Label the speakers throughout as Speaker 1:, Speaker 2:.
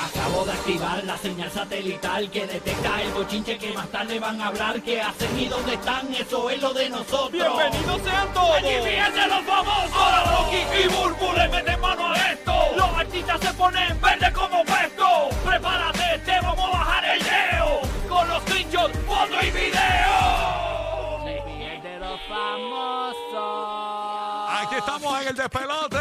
Speaker 1: Acabo de activar la señal satelital que detecta el bochinche que más tarde van a hablar. ¿Qué hacen y dónde están? Eso es lo de nosotros.
Speaker 2: ¡Bienvenidos sean todos!
Speaker 1: ¡Allí fíjense los famosos!
Speaker 2: Ahora Rocky y Burbu le meten mano a esto.
Speaker 1: Los artistas se ponen verde como puesto. Prepárate, te vamos a bajar el leo. Con los trinchos, foto y video. de los famosos.
Speaker 3: Aquí estamos en el despelote.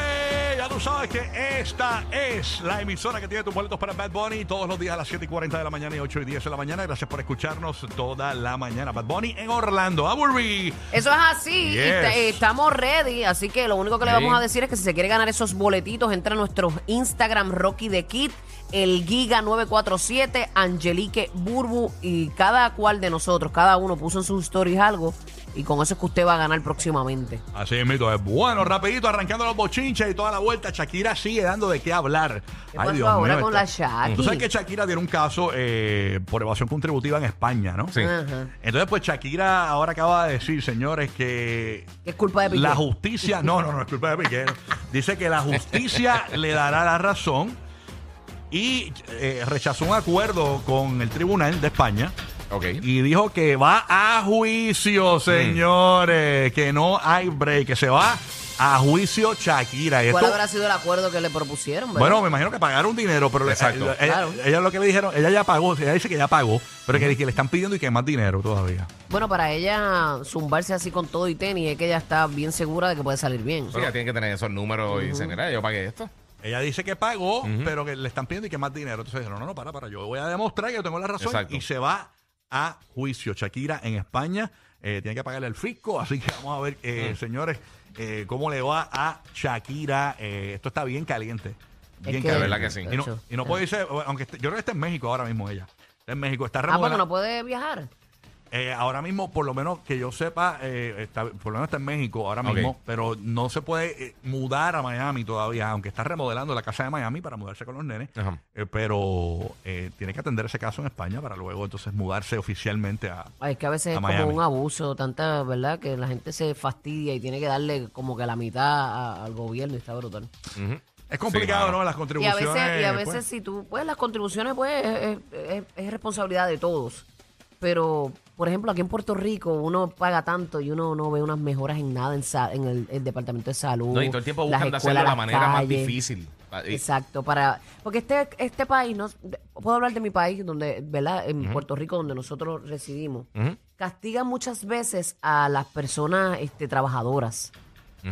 Speaker 3: Ya tú sabes que esta es la emisora que tiene tus boletos para Bad Bunny todos los días a las 7 y 40 de la mañana y 8 y 10 de la mañana. Gracias por escucharnos toda la mañana. Bad Bunny en Orlando, Aburry.
Speaker 4: Eso es así, y
Speaker 3: Yes.
Speaker 4: te- eh, estamos ready, así que lo único que le vamos a decir es que si se quiere ganar esos boletitos, entra a nuestro Instagram Rocky de Kid, el Giga 947, Angelique Burbu y cada cual de nosotros, cada uno puso en sus stories algo y con eso es que usted va a ganar próximamente.
Speaker 3: Así es, mito. Es bueno, rapidito, arrancando los bochinches y toda la vuelta. Shakira sigue dando de qué hablar.
Speaker 4: ¿Qué pasó ahora con la
Speaker 3: Shakira?
Speaker 4: Shaki?
Speaker 3: Tú sabes que Shakira tiene un caso eh, por evasión contributiva en España, ¿no?
Speaker 5: Sí.
Speaker 4: Ajá.
Speaker 3: Entonces, pues Shakira ahora acaba de decir, señores, que
Speaker 4: Que es culpa de Piqué.
Speaker 3: La justicia, no, no, no, es culpa de Piqué. no. Dice que la justicia le dará la razón y eh, rechazó un acuerdo con el tribunal de España
Speaker 5: Ok.
Speaker 3: y dijo que va a
Speaker 4: Mm.
Speaker 3: juicio, señores, que no hay break, que se va a juicio Shakira. Y
Speaker 4: ¿Cuál
Speaker 3: esto-
Speaker 4: habrá sido el acuerdo que le propusieron? verdad?
Speaker 3: bueno, me imagino que pagaron dinero, pero le- eh,
Speaker 5: Exacto.
Speaker 3: ella,
Speaker 4: Claro.
Speaker 3: ella lo que le dijeron, ella ya pagó, ella dice que ya pagó, pero que, que le están pidiendo y que más dinero todavía.
Speaker 4: Bueno, para ella zumbarse así con todo y tenis es que ella está bien segura de que puede salir bien.
Speaker 5: Sí, ya tienen que tener esos números y dicen, mira, yo pagué esto.
Speaker 3: Ella dice que pagó, pero que le están pidiendo y que más dinero. Entonces dijeron, no, no, para, para, yo voy a demostrar que yo tengo la razón.
Speaker 5: Exacto.
Speaker 3: Y se va a juicio. Shakira en España eh, tiene que pagarle al fisco, así que vamos a ver,
Speaker 5: Mm.
Speaker 3: eh, señores, eh, cómo le va a Shakira. Eh, esto está bien caliente. Bien
Speaker 4: que-
Speaker 3: caliente.
Speaker 5: De verdad que sí.
Speaker 3: Y no, y no puede irse, aunque esté- yo creo que está en México ahora mismo ella. Está en México, está
Speaker 4: Ah, porque
Speaker 3: remodelando.
Speaker 4: no puede viajar.
Speaker 3: Eh, ahora mismo, por lo menos que yo sepa, eh, está- por lo menos está en México ahora mismo,
Speaker 5: Ok.
Speaker 3: pero no se puede eh, mudar a Miami todavía, aunque está remodelando la casa de Miami para mudarse con los nenes.
Speaker 5: Ajá.
Speaker 3: Eh, pero eh, tiene que atender ese caso en España para luego entonces mudarse oficialmente a.
Speaker 4: Ay, es que a veces
Speaker 3: a
Speaker 4: es
Speaker 3: Miami.
Speaker 4: como un abuso, tanta, ¿verdad? Que la gente se fastidia y tiene que darle como que la mitad a- al gobierno y está brutal.
Speaker 5: Ujú.
Speaker 3: Es complicado,
Speaker 5: mano.
Speaker 3: ¿no? Las
Speaker 4: Y a
Speaker 3: contribuciones.
Speaker 4: veces, y a
Speaker 3: pues.
Speaker 4: veces si tú, pues las contribuciones, pues es, es- es responsabilidad de todos. Pero, por ejemplo, aquí en Puerto Rico uno paga tanto y uno no ve unas mejoras en nada en, sa- en el, el Departamento de Salud.
Speaker 5: No, y todo el tiempo
Speaker 4: las
Speaker 5: buscan de hacerlo
Speaker 4: escuelas,
Speaker 5: de la
Speaker 4: las
Speaker 5: manera más
Speaker 4: calles.
Speaker 5: difícil. Pa- y-
Speaker 4: Exacto, para porque este este país no puedo hablar de mi país donde, ¿verdad? En Puerto Rico donde nosotros residimos.
Speaker 5: Ujú.
Speaker 4: Castigan muchas veces a las personas este trabajadoras.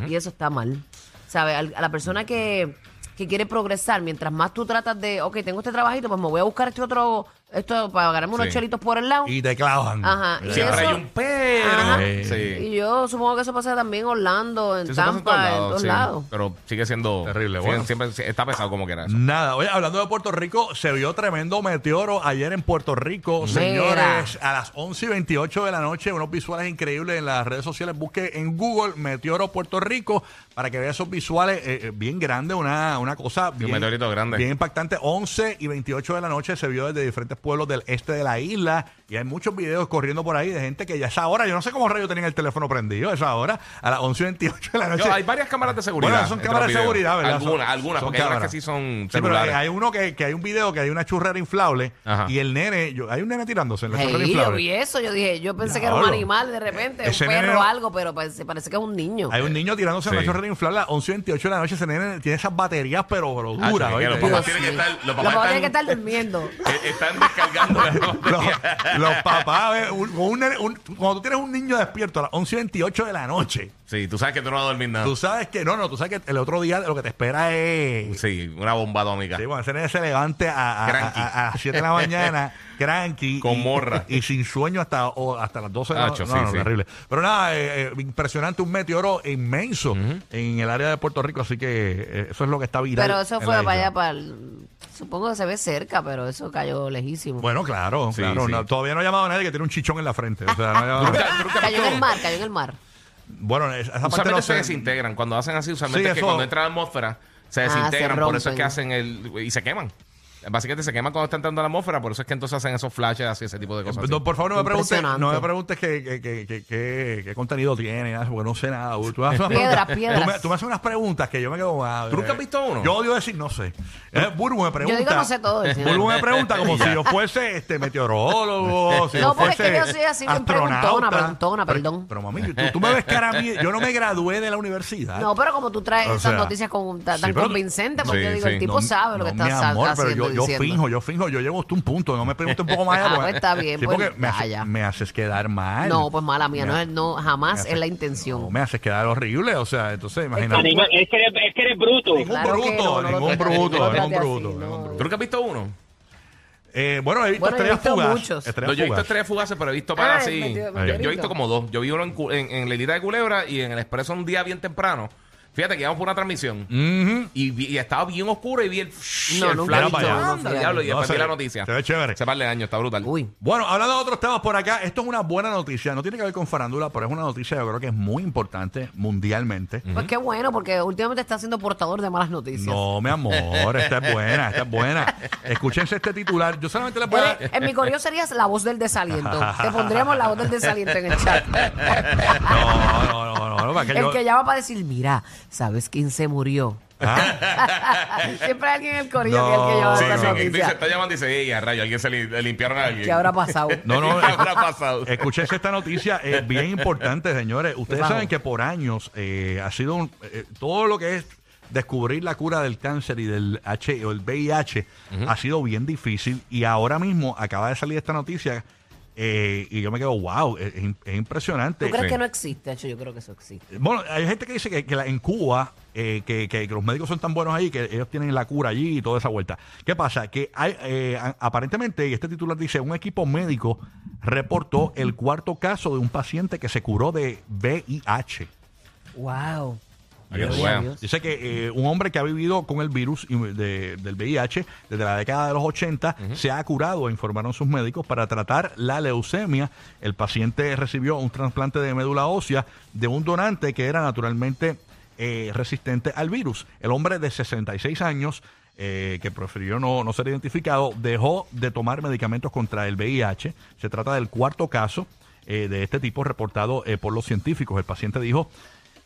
Speaker 4: Y eso está mal. ¿Sabes? Al- A la persona que que quiere progresar, mientras más tú tratas de, ok, tengo este trabajito, pues me voy a buscar este otro, esto para ganarme unos
Speaker 5: Sí.
Speaker 4: chelitos por el lado.
Speaker 3: pues, Y te clavan.
Speaker 4: Ajá, y
Speaker 5: Siempre
Speaker 4: eso-
Speaker 5: hay un pero.
Speaker 4: Ajá.
Speaker 5: Sí.
Speaker 4: Y yo supongo que eso pasa también en Orlando, en
Speaker 5: Sí, eso pasa
Speaker 4: Tampa, en todos
Speaker 5: sí.
Speaker 4: lados.
Speaker 5: Pero sigue siendo
Speaker 3: Terrible,
Speaker 5: sigue-
Speaker 3: bueno.
Speaker 5: Siempre está pesado como quiera. eso.
Speaker 3: Nada, oye, hablando de Puerto Rico, se vio tremendo meteoro ayer en Puerto Rico, señores, a las 11 y 28 de la noche, unos visuales increíbles en las redes sociales, busque en Google Meteoro Puerto Rico para que vea esos visuales eh, eh, bien grandes, una, una cosa bien,
Speaker 5: meteorito grande.
Speaker 3: bien impactante, 11 y 28 de la noche se vio desde diferentes pueblos del este de la isla y hay muchos videos corriendo por ahí de gente que ya a esa hora, yo no sé cómo rayos tenían el teléfono prendido a esa hora, a las 11 y 28 de la noche.
Speaker 5: Yo, hay varias cámaras de seguridad.
Speaker 3: Ah, Bueno, son
Speaker 5: entre
Speaker 3: cámaras de
Speaker 5: los videos.
Speaker 3: seguridad, ¿verdad?
Speaker 5: Algunas,
Speaker 3: Son-
Speaker 5: algunas,
Speaker 3: son
Speaker 5: porque hay unas
Speaker 3: cámaras.
Speaker 5: que sí son
Speaker 3: Sí, pero hay,
Speaker 5: celulares.
Speaker 3: hay uno que, que hay un video que hay una churrera inflable
Speaker 5: Ajá.
Speaker 3: y el nene, yo- hay un nene tirándose en la churrera
Speaker 4: Sí, yo
Speaker 3: inflable.
Speaker 4: vi eso, yo dije, yo pensé que era un
Speaker 3: Diablo.
Speaker 4: animal de repente,
Speaker 3: Ese
Speaker 4: un perro
Speaker 3: nene-
Speaker 4: o algo, pero parece, parece que es un niño.
Speaker 3: Hay un niño tirándose en la
Speaker 5: Sí.
Speaker 3: chorrera inflable a las 11 y 28 de la noche. Ese nene tiene esas baterías, pero, pero
Speaker 5: Ah,
Speaker 3: duras.
Speaker 5: sí,
Speaker 3: ¿oíste?
Speaker 5: que los
Speaker 4: Dios
Speaker 5: papás tienen que
Speaker 4: mío.
Speaker 5: estar. Los papás,
Speaker 4: tienen que
Speaker 5: están,
Speaker 4: estar durmiendo.
Speaker 5: eh, están descargando las
Speaker 3: los,
Speaker 5: baterías.
Speaker 3: los papás, eh, un- con un nene- un- cuando tú tienes un niño despierto a las 11 y 28 de la noche,
Speaker 5: Sí, tú sabes que tú no vas a dormir nada.
Speaker 3: tú sabes que no, no, tú sabes que el otro día lo que te espera es.
Speaker 5: Sí, una bomba atómica.
Speaker 3: Sí, bueno, ese nene se levante a, a,
Speaker 5: Cranky.
Speaker 3: a- a las 7 de la mañana, cranky.
Speaker 5: Con
Speaker 3: y-
Speaker 5: morra.
Speaker 3: Y, sin sueño hasta, o hasta las 12 de la
Speaker 5: Acho,
Speaker 3: no,
Speaker 5: sí,
Speaker 3: no,
Speaker 5: sí.
Speaker 3: terrible. Pero nada, eh, eh, impresionante, un meteoro inmenso en el área de Puerto Rico, así que eh, eso es lo que está viral.
Speaker 4: Pero eso
Speaker 3: en
Speaker 4: fue
Speaker 3: la
Speaker 4: para
Speaker 3: isla.
Speaker 4: allá, para el- Supongo que se ve cerca, pero eso cayó lejísimo.
Speaker 3: Bueno, claro,
Speaker 5: Sí,
Speaker 3: claro.
Speaker 5: sí.
Speaker 3: no, todavía no ha llamado a nadie que tiene un chichón en la frente. O sea, no ha llamado-
Speaker 4: cayó en el mar, cayó en el mar.
Speaker 3: bueno, esa parte
Speaker 5: Usualmente
Speaker 3: no sé.
Speaker 5: se desintegran. Cuando hacen así, usualmente
Speaker 3: Sí,
Speaker 5: es que
Speaker 3: eso-
Speaker 5: cuando entran a la atmósfera se
Speaker 4: Ah, se
Speaker 5: desintegran. por eso es
Speaker 4: rompen.
Speaker 5: que hacen el. y se queman. Básicamente se quema cuando está entrando a la atmósfera, por eso es que entonces hacen esos flashes así, ese tipo de cosas. así.
Speaker 3: Eh, No, por favor, no me preguntes,
Speaker 4: Impresionante.
Speaker 3: no me preguntes qué, qué, qué, qué- qué- qué contenido tiene, nada, porque no sé nada. Tú me haces unas
Speaker 4: Piedras,
Speaker 3: preguntas-
Speaker 4: piedras.
Speaker 3: Tú me, tú me haces unas preguntas que yo me quedo. ah,
Speaker 5: ¿Tú nunca
Speaker 3: eh,
Speaker 5: has visto uno?
Speaker 3: Yo odio decir no sé. Eh, Burbu me pregunta.
Speaker 4: digo no sé todo, el señor.
Speaker 3: Burbu me pregunta como si yo fuese este meteorólogo. si yo
Speaker 4: No, porque es
Speaker 3: fuese
Speaker 4: que yo soy así bien preguntona,
Speaker 3: astronauta.
Speaker 4: preguntona,
Speaker 3: Pero-
Speaker 4: perdón.
Speaker 3: Pero, mami, tú, tú me ves cara a mí. Yo no me gradué de la universidad.
Speaker 4: No, pero como tú traes
Speaker 3: Ah. O
Speaker 4: esas
Speaker 3: sea,
Speaker 4: noticias con- tan
Speaker 3: sí, pero-
Speaker 4: convincentes, porque
Speaker 5: sí,
Speaker 4: yo digo,
Speaker 5: sí.
Speaker 4: el tipo
Speaker 3: No,
Speaker 4: sabe lo que
Speaker 3: no,
Speaker 4: está
Speaker 3: mi
Speaker 4: sa-
Speaker 3: amor, pero
Speaker 4: haciendo
Speaker 3: yo,
Speaker 4: y
Speaker 3: yo
Speaker 4: diciendo.
Speaker 3: finjo, yo finjo, yo llevo hasta un punto, no me pregunte un poco más.
Speaker 4: Ah,
Speaker 3: porque-
Speaker 4: pues está bien,
Speaker 3: Sí,
Speaker 4: pues,
Speaker 3: porque me, hace-
Speaker 4: vaya.
Speaker 3: me haces quedar mal.
Speaker 4: No, pues mala mía,
Speaker 3: Me
Speaker 4: no,
Speaker 3: ha-
Speaker 4: es- no jamás
Speaker 3: me
Speaker 4: es la
Speaker 3: hace-
Speaker 4: intención.
Speaker 3: No, me haces quedar horrible, o sea, entonces imagínate.
Speaker 2: Animal, es, que eres, es que eres bruto.
Speaker 3: Ningún
Speaker 4: Claro que no,
Speaker 3: bruto,
Speaker 4: no lo
Speaker 3: ningún
Speaker 4: trates- no
Speaker 3: bruto,
Speaker 4: lo
Speaker 3: ningún
Speaker 4: trates así,
Speaker 3: bruto,
Speaker 4: no.
Speaker 3: ningún bruto.
Speaker 5: ¿Tú nunca has visto uno?
Speaker 3: Eh, Bueno, he visto
Speaker 4: Bueno, yo he
Speaker 3: estrellas
Speaker 4: visto
Speaker 3: fugaces.
Speaker 4: muchos.
Speaker 3: estrellas
Speaker 5: No, yo he visto
Speaker 3: fugaces.
Speaker 5: estrellas fugaces, pero he visto para
Speaker 4: Ah,
Speaker 5: así.
Speaker 4: el
Speaker 5: Yo,
Speaker 4: meteorito.
Speaker 5: yo he visto como dos. Yo vi uno en, Cu- en, en la islita de Culebra y en el Expreso un día bien temprano. Fíjate que íbamos por una transmisión
Speaker 3: Ujú.
Speaker 5: y, vi- y estaba bien oscuro y vi el,
Speaker 4: No,
Speaker 5: el
Speaker 4: nunca
Speaker 5: flash.
Speaker 3: he visto
Speaker 5: Anda,
Speaker 4: uno, fíjate.
Speaker 5: diablo, y
Speaker 3: No,
Speaker 5: después
Speaker 3: se
Speaker 5: vi
Speaker 3: ve-
Speaker 5: la noticia.
Speaker 3: se ve chévere.
Speaker 5: Se par de años, está brutal.
Speaker 4: Uy.
Speaker 3: Bueno, hablando de otros temas por acá, esto es una buena noticia, no tiene que ver con farándula, pero es una noticia yo creo que es muy importante mundialmente.
Speaker 4: Pues qué bueno, porque últimamente está siendo portador de malas noticias.
Speaker 3: No, mi amor, esta es buena, esta es buena. Escúchense este titular. Yo solamente les voy a
Speaker 4: Puede-
Speaker 3: dar-
Speaker 4: en mi correo serías la voz del desaliento. Te pondríamos la voz del desaliento en el chat.
Speaker 3: No, no, no, no, no, para que
Speaker 4: el
Speaker 3: yo-
Speaker 4: que llama para decir, mira, ¿sabes quién se murió?
Speaker 3: Ah,
Speaker 4: Siempre hay alguien en el correo
Speaker 3: No,
Speaker 4: que es el que lleva
Speaker 3: sí,
Speaker 4: estas
Speaker 3: sí,
Speaker 5: Dice,
Speaker 4: noticias.
Speaker 5: está llamando y dice, ey, a rayo, alguien se li- le limpiaron a alguien.
Speaker 4: ¿Qué habrá pasado?
Speaker 3: No, no,
Speaker 5: ¿Qué habrá pasado?
Speaker 3: Escúchense esta noticia, es bien importante, señores. Ustedes
Speaker 4: Vamos.
Speaker 3: saben que por años eh, ha sido un- eh, todo lo que es descubrir la cura del cáncer y del H o el VIH ha sido bien difícil y ahora mismo acaba de salir esta noticia eh, y yo me quedo wow, es, es impresionante.
Speaker 4: ¿Tú crees
Speaker 5: Sí.
Speaker 4: que no existe? De hecho, yo creo que eso existe.
Speaker 3: Bueno, hay gente que dice que, que la- en Cuba, eh, que, que- que los médicos son tan buenos ahí, que ellos tienen la cura allí y toda esa vuelta. ¿Qué pasa? Que hay, eh, a- aparentemente, y este titular dice, un equipo médico reportó el cuarto caso de un paciente que se curó de VIH.
Speaker 4: Wow.
Speaker 5: Adiós,
Speaker 4: Gloria a
Speaker 5: bueno.
Speaker 4: Dios.
Speaker 3: Dice que eh, un hombre que ha vivido con el virus y- eh, de- del VIH desde la década de los 80 se ha curado, informaron sus médicos, para tratar la leucemia. El paciente recibió un trasplante de médula ósea de un donante que era naturalmente eh, resistente al virus. El hombre de 66 años, eh, que prefirió no, no ser identificado, dejó de tomar medicamentos contra el VIH. Se trata del cuarto caso eh, de este tipo reportado eh, por los científicos. El paciente dijo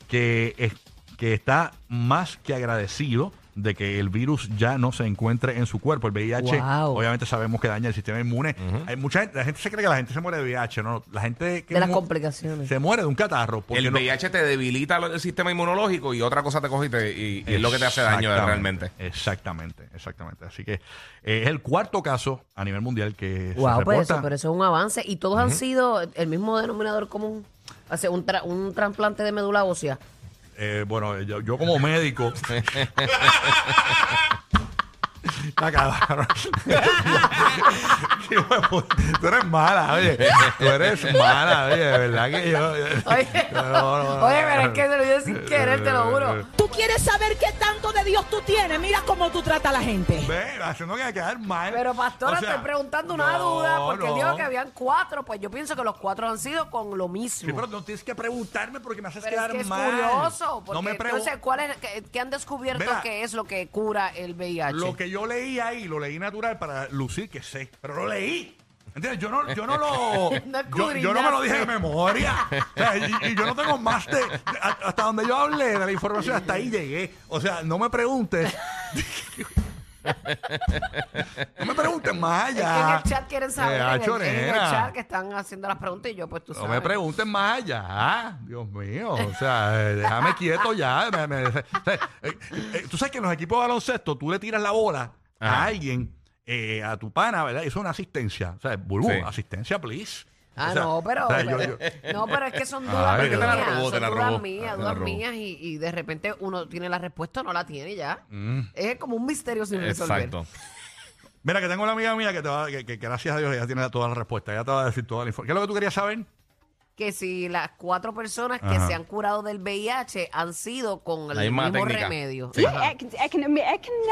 Speaker 3: que, es- que está más que agradecido de que el virus ya no se encuentre en su cuerpo. El VIH,
Speaker 4: Wow.
Speaker 3: obviamente sabemos que daña el sistema inmune. Hay mucha gente, la gente se cree que la gente se muere de VIH, ¿no? La gente que
Speaker 4: De las
Speaker 3: mu-
Speaker 4: complicaciones.
Speaker 3: se muere de un catarro. porque
Speaker 5: El
Speaker 3: no-
Speaker 5: VIH te debilita lo- el sistema inmunológico y otra cosa te coge y, te- y- y es lo que te hace daño
Speaker 3: Exactamente,
Speaker 5: realmente.
Speaker 3: Exactamente, exactamente. Así que eh, es el cuarto caso a nivel mundial que se
Speaker 4: Wow,
Speaker 3: reporta.
Speaker 4: pues eso, pero eso es un avance. Y todos han sido el mismo denominador común. O sea, un, tra- un trasplante de médula ósea.
Speaker 3: Eh, bueno, yo, yo como médico. Está cabrón. Sí, huevo, tú eres mala, oye. Tú eres mala, oye. De verdad que yo.
Speaker 4: Oye,
Speaker 3: No, no, no.
Speaker 4: oye, pero es que se lo dio sin querer, te lo juro.
Speaker 6: Tú quieres saber qué tanto de Dios tú tienes. Mira cómo tú tratas a la gente.
Speaker 3: Ve, haciendo que quedar mal.
Speaker 4: Pero pastora,
Speaker 3: O sea,
Speaker 4: estoy preguntando una
Speaker 3: no,
Speaker 4: duda, porque
Speaker 3: no.
Speaker 4: él dijo que habían cuatro, pues yo pienso que los cuatro han sido con lo mismo.
Speaker 3: Sí, pero no tienes que preguntarme porque me haces
Speaker 4: Pero es
Speaker 3: quedar
Speaker 4: que es
Speaker 3: mal.
Speaker 4: curioso,
Speaker 3: no
Speaker 4: porque
Speaker 3: me pregun-
Speaker 4: entonces, ¿cuál es, qué, qué han descubierto
Speaker 3: Mira,
Speaker 4: que es lo que cura el VIH?
Speaker 3: Lo que yo leí ahí, lo leí natural para lucir que sé, pero lo leí. ¿Entiendes? Yo no, yo no lo.
Speaker 4: No
Speaker 3: yo, yo no me lo dije de memoria. O sea, y, y yo no tengo más de. a- Hasta donde yo hablé de la información, hasta ahí llegué. O sea, no me preguntes. no me preguntes más
Speaker 4: Es que en
Speaker 3: allá.
Speaker 4: el chat quieren saber,
Speaker 3: Eh, ah,
Speaker 4: en, el, en el
Speaker 3: chonera.
Speaker 4: chat que están haciendo las preguntas y yo pues tú
Speaker 3: No
Speaker 4: sabes.
Speaker 3: me pregunten más allá. Dios mío. O sea, eh, déjame quieto ya. Me- me- o sea, eh, eh, tú sabes que en los equipos de baloncesto tú le tiras la bola a
Speaker 5: Ajá.
Speaker 3: alguien, eh, a tu pana, ¿verdad? Eso es una asistencia. O sea, burbu,
Speaker 5: Sí.
Speaker 3: asistencia, please.
Speaker 4: Ah,
Speaker 3: O sea,
Speaker 4: no, pero,
Speaker 3: o sea, yo-
Speaker 4: pero-
Speaker 3: yo-
Speaker 4: no, pero es que son dudas
Speaker 3: Ay,
Speaker 4: mías,
Speaker 3: te la Ah,
Speaker 5: robó, te
Speaker 4: son
Speaker 5: la robó.
Speaker 4: dudas mías,
Speaker 5: Te la
Speaker 4: dudas
Speaker 5: robó.
Speaker 4: mías y, y de repente uno tiene la respuesta o no la tiene ya.
Speaker 3: Mm.
Speaker 4: Es como un misterio sin resolver.
Speaker 5: Exacto.
Speaker 3: Mira, que tengo una amiga mía que, te va, que, que gracias a Dios ella tiene todas las respuestas. Ella te va a decir toda la información. ¿Qué es lo que tú querías saber?
Speaker 4: Que si las cuatro personas que
Speaker 3: Ajá.
Speaker 4: se han curado del VIH han sido con el
Speaker 5: La misma
Speaker 4: mismo
Speaker 5: técnica.
Speaker 4: remedio.
Speaker 5: Sí.
Speaker 4: Ajá.
Speaker 7: Yeah, I can, I can, I can, uh,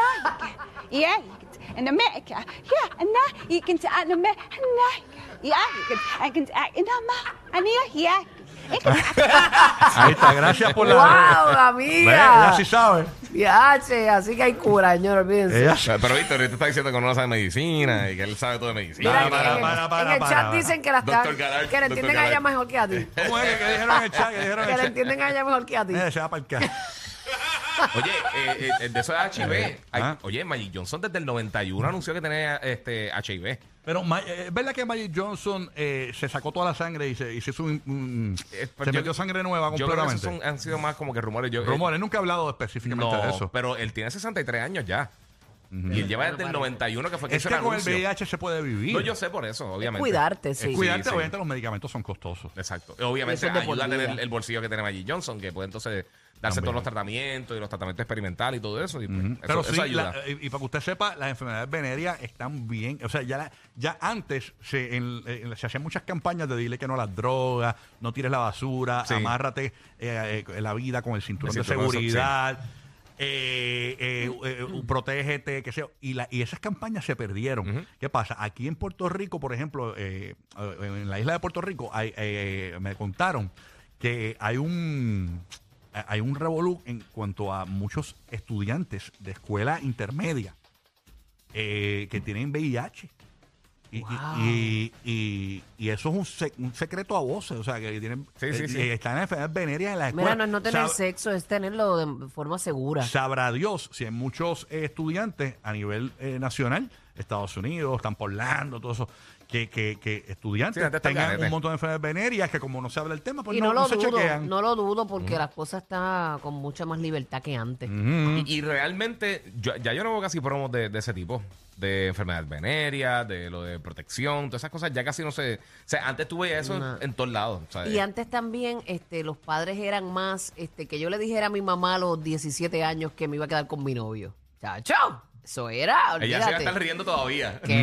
Speaker 7: yeah, you can, in America, yeah, and now you can, in America, yeah, you can, I can, I, in America, yeah,
Speaker 3: Ahí está, gracias por la.
Speaker 4: ¡Wow,
Speaker 3: Ve, ella
Speaker 4: amiga!
Speaker 3: sí sabe.
Speaker 4: Viache, así que hay cura, señor, olvídense.
Speaker 3: Ella sí-
Speaker 5: Pero viste, ahorita está diciendo que no sabe medicina y que él sabe todo de medicina.
Speaker 3: Para,
Speaker 4: Mira,
Speaker 3: para,
Speaker 4: que en-
Speaker 3: para, para,
Speaker 4: en el
Speaker 3: para.
Speaker 4: chat dicen que la
Speaker 5: Doctor
Speaker 4: están-
Speaker 5: Galar,
Speaker 4: que la
Speaker 5: doctor
Speaker 4: entienden a ella
Speaker 5: Galar.
Speaker 4: mejor que a ti.
Speaker 3: ¿Cómo es que- que dijeron en el chat? Que dijeron
Speaker 4: Que
Speaker 3: en
Speaker 4: la
Speaker 3: el chat.
Speaker 4: entienden a ella mejor que a ti.
Speaker 3: Eh, se va para el chat.
Speaker 5: Oye, eh, eh, el de eso es HIV. Ay,
Speaker 3: Ah.
Speaker 5: Oye, Magic Johnson desde el 91 anunció que tenía este HIV.
Speaker 3: Pero Ma- eh, es verdad que Magic Johnson eh, se sacó toda la sangre y se, y se hizo un- un- se
Speaker 5: Eh, pero yo-
Speaker 3: metió sangre nueva
Speaker 5: Yo creo que esos
Speaker 3: completamente.
Speaker 5: son- han sido más como que rumores. Yo, eh,
Speaker 3: Rumores, nunca he hablado específicamente
Speaker 5: no,
Speaker 3: de eso.
Speaker 5: pero él tiene 63 años ya. Y él lleva desde el 91 que fue que
Speaker 3: es
Speaker 5: hizo
Speaker 3: que
Speaker 5: el
Speaker 3: con el
Speaker 5: anuncio.
Speaker 3: VIH se puede vivir.
Speaker 5: No, yo sé por eso, obviamente.
Speaker 4: Cuidarte, sí.
Speaker 3: Cuidarte,
Speaker 5: sí. Eh,
Speaker 3: obviamente los medicamentos son costosos.
Speaker 5: Exacto.
Speaker 4: Eso
Speaker 5: Obviamente
Speaker 4: es de por
Speaker 5: ayuda a tener
Speaker 4: vida.
Speaker 5: el bolsillo que tiene Magic Johnson, que puede entonces darse todos los tratamientos y los tratamientos experimentales y todo eso. Y pues, eso,
Speaker 3: Pero
Speaker 5: eso
Speaker 3: sí,
Speaker 5: ayuda.
Speaker 3: la- eh, y, y para que usted sepa, las enfermedades venéreas están bien. O sea, ya, la- ya antes se, en- en- se hacían muchas campañas de dile que no a las drogas, no tires la basura,
Speaker 5: Sí.
Speaker 3: amárrate eh, eh, la vida con el cinturón,
Speaker 5: El cinturón,
Speaker 3: de seguridad. eh, eh, eh, eh, protégete, qué sé yo. Y, la- y esas campañas se perdieron. ¿Qué pasa? Aquí en Puerto Rico, por ejemplo, eh, eh, en la isla de Puerto Rico, hay, eh, me contaron que hay un hay un revolú en cuanto a muchos estudiantes de escuela intermedia eh, que tienen VIH. Y, y- y, y- y eso es un, sec- un secreto a voces, o sea, que tienen,
Speaker 5: Sí, sí,
Speaker 3: eh,
Speaker 5: sí.
Speaker 3: eh, están en enfermedades venéreas en la escuela.
Speaker 4: Mira, no es no tener
Speaker 3: Sab-
Speaker 4: sexo, es tenerlo de forma segura.
Speaker 3: Sabrá Dios si hay muchos eh, estudiantes a nivel eh, nacional, Estados Unidos, están por Orlando, todo eso, que, que, que estudiantes
Speaker 5: Sí, antes está el
Speaker 3: tengan
Speaker 5: garete.
Speaker 3: un montón de enfermedades venéreas que como no se habla el tema, pues
Speaker 4: y
Speaker 3: no,
Speaker 4: no,
Speaker 3: no
Speaker 4: lo
Speaker 3: se
Speaker 4: dudo,
Speaker 3: chequean. Mm.
Speaker 4: no lo dudo porque la cosa está con mucha más libertad que antes.
Speaker 5: Y, y realmente, yo- ya yo no veo casi promos de, de ese tipo, de enfermedades venéreas, de lo de protección, todas esas cosas, ya casi no sé. O sea, antes tuve eso
Speaker 4: No.
Speaker 5: en todos lados. o sea,
Speaker 4: Y antes también este, los padres eran más, este, que yo le dijera a mi mamá a los 17 años que me iba a quedar con mi novio. Chacho, eso era,
Speaker 5: ella se va a estar
Speaker 4: olvídate.
Speaker 5: riendo todavía.
Speaker 4: ¿Qué?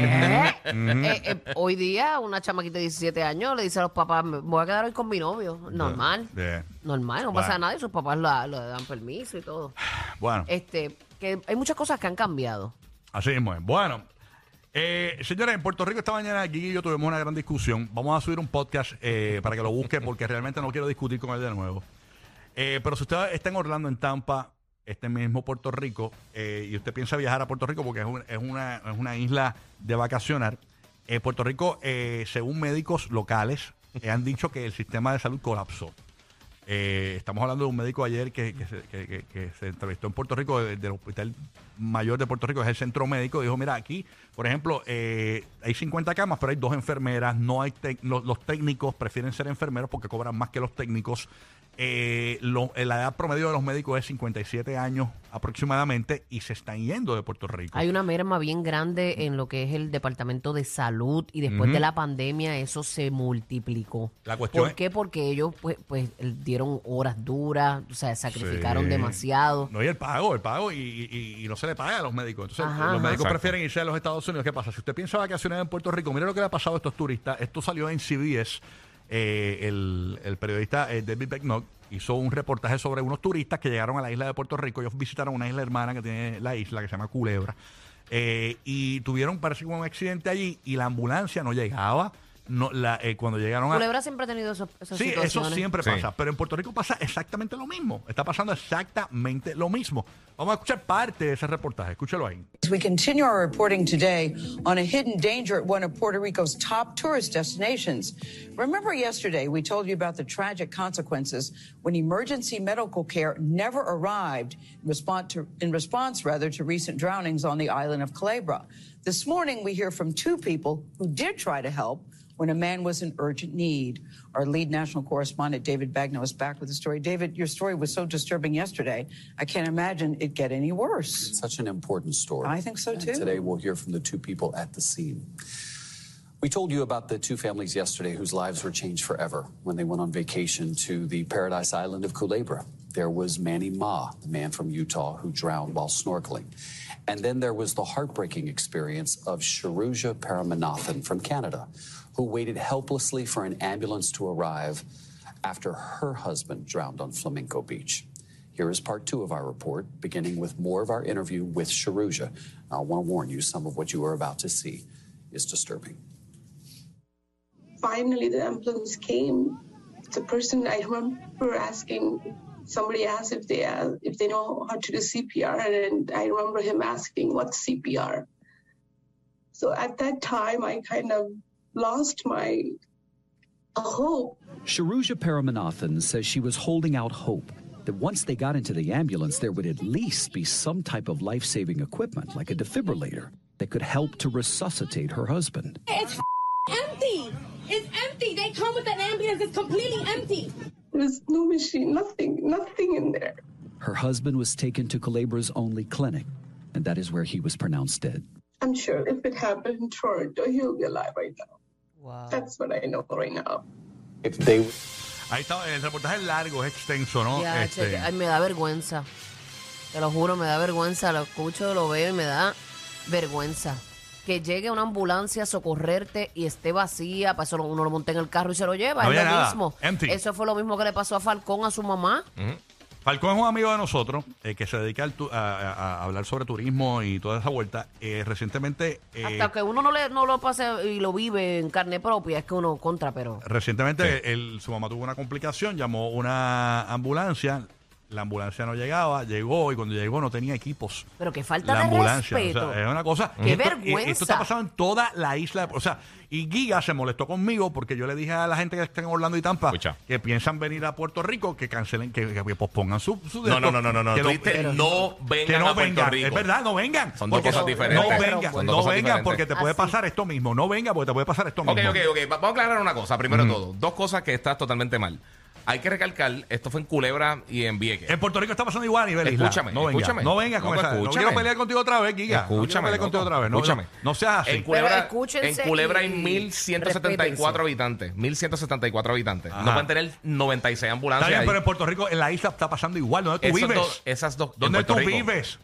Speaker 3: Mm-hmm.
Speaker 4: Eh, eh, hoy día una chamaquita de 17 años le dice a los papás, me voy a quedar hoy con mi novio. Normal.
Speaker 3: Bien.
Speaker 4: Normal, no
Speaker 3: Bueno.
Speaker 4: pasa nada y sus papás la- le dan permiso y todo.
Speaker 3: Bueno.
Speaker 4: Este, que hay muchas cosas que han cambiado.
Speaker 3: Así mismo es. Bueno, eh, señores, en Puerto Rico esta mañana aquí y yo tuvimos una gran discusión. Vamos a subir un podcast eh, para que lo busque porque realmente no quiero discutir con él de nuevo. Eh, pero si usted está en Orlando, en Tampa, este mismo Puerto Rico, eh, y usted piensa viajar a Puerto Rico porque es, un- es una, es una isla de vacacionar, eh, Puerto Rico, eh, según médicos locales, eh, han dicho que el sistema de salud colapsó. Eh, estamos hablando de un médico ayer que, que se, que- que- que se entrevistó en Puerto Rico, de- del Hospital Mayor de Puerto Rico, es el centro médico. Dijo: Mira, aquí, por ejemplo, eh, hay 50 camas, pero hay dos enfermeras. no hay tec- los, los técnicos prefieren ser enfermeros porque cobran más que los técnicos. Eh, lo- la edad promedio de los médicos es 57 años aproximadamente y se están yendo de Puerto Rico.
Speaker 4: Hay una merma bien grande en lo que es el departamento de salud y después de la pandemia eso se multiplicó.
Speaker 3: Mm-hmm. La cuestión
Speaker 4: ¿Por
Speaker 3: es-
Speaker 4: qué? Porque ellos pues, pues dieron horas duras, o sea, sacrificaron
Speaker 3: Sí.
Speaker 4: demasiado.
Speaker 3: No, y el pago, el pago, y, y- y no se le paga a los médicos. Entonces,
Speaker 4: Ajá,
Speaker 3: los
Speaker 4: ajá.
Speaker 3: médicos
Speaker 5: Exacto.
Speaker 3: prefieren irse a los Estados Unidos. ¿Qué pasa? Si usted piensa vacacionar en Puerto Rico, mire lo que le ha pasado a estos turistas. Esto salió en CBS. eh, el, el periodista eh, David Becknock hizo un reportaje sobre unos turistas que llegaron a la isla de Puerto Rico. Ellos visitaron una isla hermana que tiene la isla, que se llama Culebra. eh, y tuvieron, parece que un accidente allí, y la ambulancia no llegaba. No, la, eh, cuando llegaron a,
Speaker 4: Culebra siempre ha tenido esos- esas
Speaker 3: Sí, eso
Speaker 4: situaciones.
Speaker 3: siempre
Speaker 5: Sí.
Speaker 3: pasa. Pero en Puerto Rico pasa exactamente lo mismo. Está pasando exactamente lo mismo. Vamos a escuchar parte de ese reportaje. Escúchalo ahí.
Speaker 8: As we continue our reporting today on a hidden danger at one of Puerto Rico's top tourist destinations. Remember yesterday we told you about the tragic consequences when emergency medical care never arrived in response to, in response rather to recent drownings on the island of Calabria. This morning we hear from two people who did try to help when a man was in urgent need. Our lead national correspondent David Bagno is back with the story. David, your story was so disturbing yesterday. I can't imagine it get any worse.
Speaker 9: Such an important story.
Speaker 8: I think so,
Speaker 9: And
Speaker 8: too.
Speaker 9: today we'll hear from the two people at the scene. We told you about the two families yesterday whose lives were changed forever when they went on vacation to the paradise island of Culebra. There was Manny Ma, the man from Utah who drowned while snorkeling. And then there was the heartbreaking experience of Sharuja Paramanathan from Canada, who waited helplessly for an ambulance to arrive after her husband drowned on Flamenco Beach. Here is part two of our report, beginning with more of our interview with Sharuja. I want to warn you, some of what you are about to see is disturbing.
Speaker 10: finally the ambulance came the person I remember asking somebody asked if they uh, if they know how to do CPR, and I remember him asking what's CPR. So at that time, I kind of lost my hope.
Speaker 11: Sharuja Paramanathan says she was holding out hope that once they got into the ambulance, there would at least be some type of life saving equipment, like a defibrillator, that could help to resuscitate her husband.
Speaker 12: It's empty. It's empty. They come with an ambulance. It's completely empty.
Speaker 10: There's no machine, nothing, nothing in there.
Speaker 11: Her husband was taken to Calabra's only clinic, and that is where he was pronounced dead.
Speaker 10: I'm sure if it happened in Toronto, he'll be alive right now. Wow. That's what I know right now.
Speaker 3: If they... Ahí está, el reportaje es largo, es extenso, ¿no?
Speaker 4: Ya,
Speaker 3: Este,
Speaker 4: che- ay, me da vergüenza. Te lo juro, me da vergüenza. Lo escucho, lo veo y me da vergüenza. Que llegue una ambulancia a socorrerte y esté vacía, para eso lo- uno lo monta en el carro y se lo lleva.
Speaker 3: No
Speaker 4: es
Speaker 3: había
Speaker 4: lo
Speaker 3: nada.
Speaker 4: mismo.
Speaker 3: Empty.
Speaker 4: Eso fue lo mismo que le pasó a Falcón, a su mamá.
Speaker 3: Ujú. Falcón es un amigo de nosotros eh, que se dedica al tu- a, a- a hablar sobre turismo y toda esa vuelta. Eh, recientemente, eh,
Speaker 4: Hasta que uno no, le, no lo pase y lo vive en carne propia, es que uno contra, pero.
Speaker 3: recientemente él- su mamá tuvo una complicación, llamó una ambulancia, la ambulancia no llegaba, llegó y cuando llegó no tenía equipos.
Speaker 4: Pero que falta
Speaker 3: la
Speaker 4: de
Speaker 3: ambulancia.
Speaker 4: respeto.
Speaker 3: o sea, es una cosa.
Speaker 4: Qué
Speaker 3: esto-
Speaker 4: vergüenza.
Speaker 3: Esto está pasando en toda la isla. de- O sea, y Giga se molestó conmigo porque yo le dije a la gente que está en Orlando y Tampa que piensan venir a Puerto Rico que cancelen, que, que pospongan su. su
Speaker 5: No, no, no, no, no, no.
Speaker 3: que
Speaker 5: Tú dijiste,
Speaker 3: pero-
Speaker 5: no vengan a Puerto Rico.
Speaker 3: Es verdad, no vengan.
Speaker 5: Son dos
Speaker 3: Porque
Speaker 5: cosas
Speaker 3: no-
Speaker 5: diferentes.
Speaker 3: No
Speaker 5: Pero,
Speaker 3: vengan,
Speaker 5: son
Speaker 3: no
Speaker 5: dos cosas
Speaker 3: vengan
Speaker 5: diferentes.
Speaker 3: porque te puede
Speaker 5: Así.
Speaker 3: pasar esto mismo. No vengan porque te puede pasar esto
Speaker 5: Ok,
Speaker 3: mismo.
Speaker 5: ok, ok. Va- Vamos a aclarar una cosa, primero
Speaker 3: Mm.
Speaker 5: todo. Dos cosas que estás totalmente mal. Hay que recalcar, esto fue en Culebra y en Vieques.
Speaker 3: En Puerto Rico está pasando igual a nivel isla.
Speaker 5: Escúchame,
Speaker 3: no venga,
Speaker 5: escúchame.
Speaker 3: No vengas con
Speaker 5: Loco,
Speaker 3: esa. No
Speaker 5: escúchame.
Speaker 3: quiero pelear contigo otra vez, Giga. No quiero
Speaker 5: Escúchame,
Speaker 3: pelear contigo
Speaker 5: loco,
Speaker 3: otra vez. No,
Speaker 5: escúchame.
Speaker 3: No, no seas así.
Speaker 5: En Culebra,
Speaker 4: escúchense
Speaker 5: en Culebra hay
Speaker 4: y
Speaker 5: 1.174 habitantes. 1.174 habitantes.
Speaker 3: Ajá.
Speaker 5: No pueden tener 96
Speaker 3: Está
Speaker 5: ambulancias.
Speaker 3: bien,
Speaker 5: ahí.
Speaker 3: pero en Puerto Rico, en la isla está pasando igual. ¿Dónde tú
Speaker 5: Esos
Speaker 3: vives?
Speaker 5: dos- esas dos. en
Speaker 3: ¿Dónde
Speaker 5: Puerto
Speaker 3: tú
Speaker 5: Rico.
Speaker 3: vives?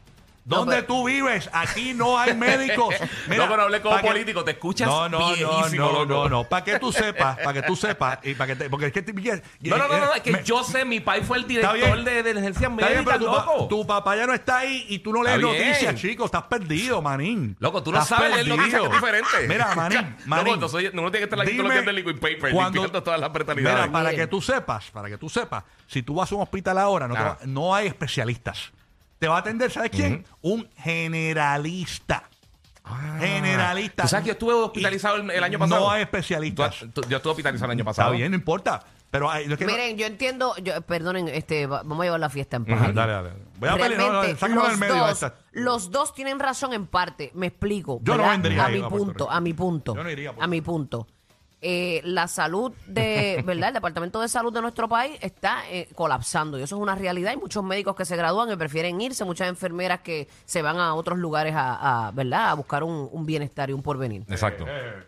Speaker 3: ¿Dónde
Speaker 5: pero-
Speaker 3: tú vives? Aquí no hay médicos.
Speaker 5: No, pero hablé como
Speaker 3: pa' que-
Speaker 5: político, te escuchas
Speaker 3: No, no, no,
Speaker 5: viejísimo,
Speaker 3: no,
Speaker 5: loco.
Speaker 3: no, no. Para que tú sepas, para que tú sepas y para que te- porque es que te-
Speaker 5: No, no, no, no, es que
Speaker 3: eh, me-
Speaker 5: yo sé, mi pai fue el
Speaker 3: Está
Speaker 5: director
Speaker 3: bien.
Speaker 5: de, de emergencia
Speaker 3: Está bien,
Speaker 5: médica,
Speaker 3: pero tu, pa-
Speaker 5: loco.
Speaker 3: tu papá ya no está ahí y tú no lees
Speaker 5: Está bien.
Speaker 3: noticias, chico. Estás perdido, manín.
Speaker 5: Loco, tú no
Speaker 3: Estás
Speaker 5: sabes leer noticias que es
Speaker 3: perdido.
Speaker 5: diferente.
Speaker 3: Mira, manín, manín.
Speaker 5: Loco, entonces uno tiene que estar aquí todo lo
Speaker 3: Dime
Speaker 5: que es de liquid paper,
Speaker 3: cuando-
Speaker 5: limpiando todas las
Speaker 3: Mira,
Speaker 5: brutalidades.
Speaker 3: para que tú sepas, para que tú sepas, si tú vas a un hospital ahora, no, te
Speaker 5: Ajá.
Speaker 3: va- no hay especialistas. Te va a atender, ¿sabes quién? Un generalista. generalista.
Speaker 5: Ah. Tú sabes que yo estuve hospitalizado el, el año pasado.
Speaker 3: No hay especialistas.
Speaker 5: Tú- tú- yo estuve hospitalizado el año
Speaker 3: Está
Speaker 5: pasado.
Speaker 3: bien, no importa. Pero hay- no es que no-
Speaker 4: Miren, yo entiendo, yo, perdonen, este, va- vamos a llevar la fiesta en paz.
Speaker 3: Ajá, dale, dale. Voy a pelear. No, no,
Speaker 4: Realmente,
Speaker 3: sácame del
Speaker 4: los
Speaker 3: medio.
Speaker 4: dos,
Speaker 3: esta.
Speaker 4: los dos tienen razón en parte. Me explico.
Speaker 3: Yo no
Speaker 4: ¿verdad?
Speaker 3: vendría
Speaker 4: a
Speaker 3: ahí
Speaker 4: mi
Speaker 3: a Puerto
Speaker 4: punto,
Speaker 3: Rico.
Speaker 4: a mi punto,
Speaker 3: Yo no iría a Puerto
Speaker 4: a mi punto. Eh, la salud de, ¿verdad? El departamento de salud de nuestro país está eh, colapsando y eso es una realidad. Hay muchos médicos que se gradúan y prefieren irse, muchas enfermeras que se van a otros lugares a, a, ¿verdad? A buscar un, un bienestar y un porvenir.
Speaker 5: Exacto.
Speaker 3: Eh,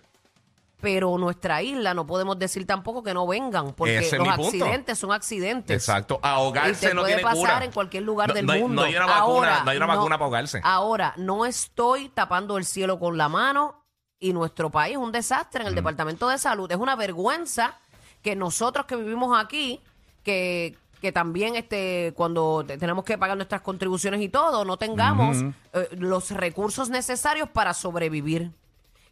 Speaker 4: Pero nuestra isla no podemos decir tampoco que no vengan porque
Speaker 5: Ese es
Speaker 4: los
Speaker 5: mi punto.
Speaker 4: accidentes son accidentes.
Speaker 5: Exacto.
Speaker 4: Y te
Speaker 5: Ahogarse no
Speaker 4: puede
Speaker 5: tiene
Speaker 4: pasar
Speaker 5: cura.
Speaker 4: en cualquier lugar
Speaker 5: No-
Speaker 4: del
Speaker 5: no hay-
Speaker 4: mundo.
Speaker 5: No hay una vacuna, no hay una vacuna para ahogarse.
Speaker 4: Ahora, no estoy tapando el cielo con la mano y nuestro país es un desastre en el Departamento de Salud. Es una vergüenza que nosotros que vivimos aquí, que, que también este, cuando te- tenemos que pagar nuestras contribuciones y todo, no tengamos
Speaker 13: Ujú.
Speaker 4: eh, los recursos necesarios para sobrevivir.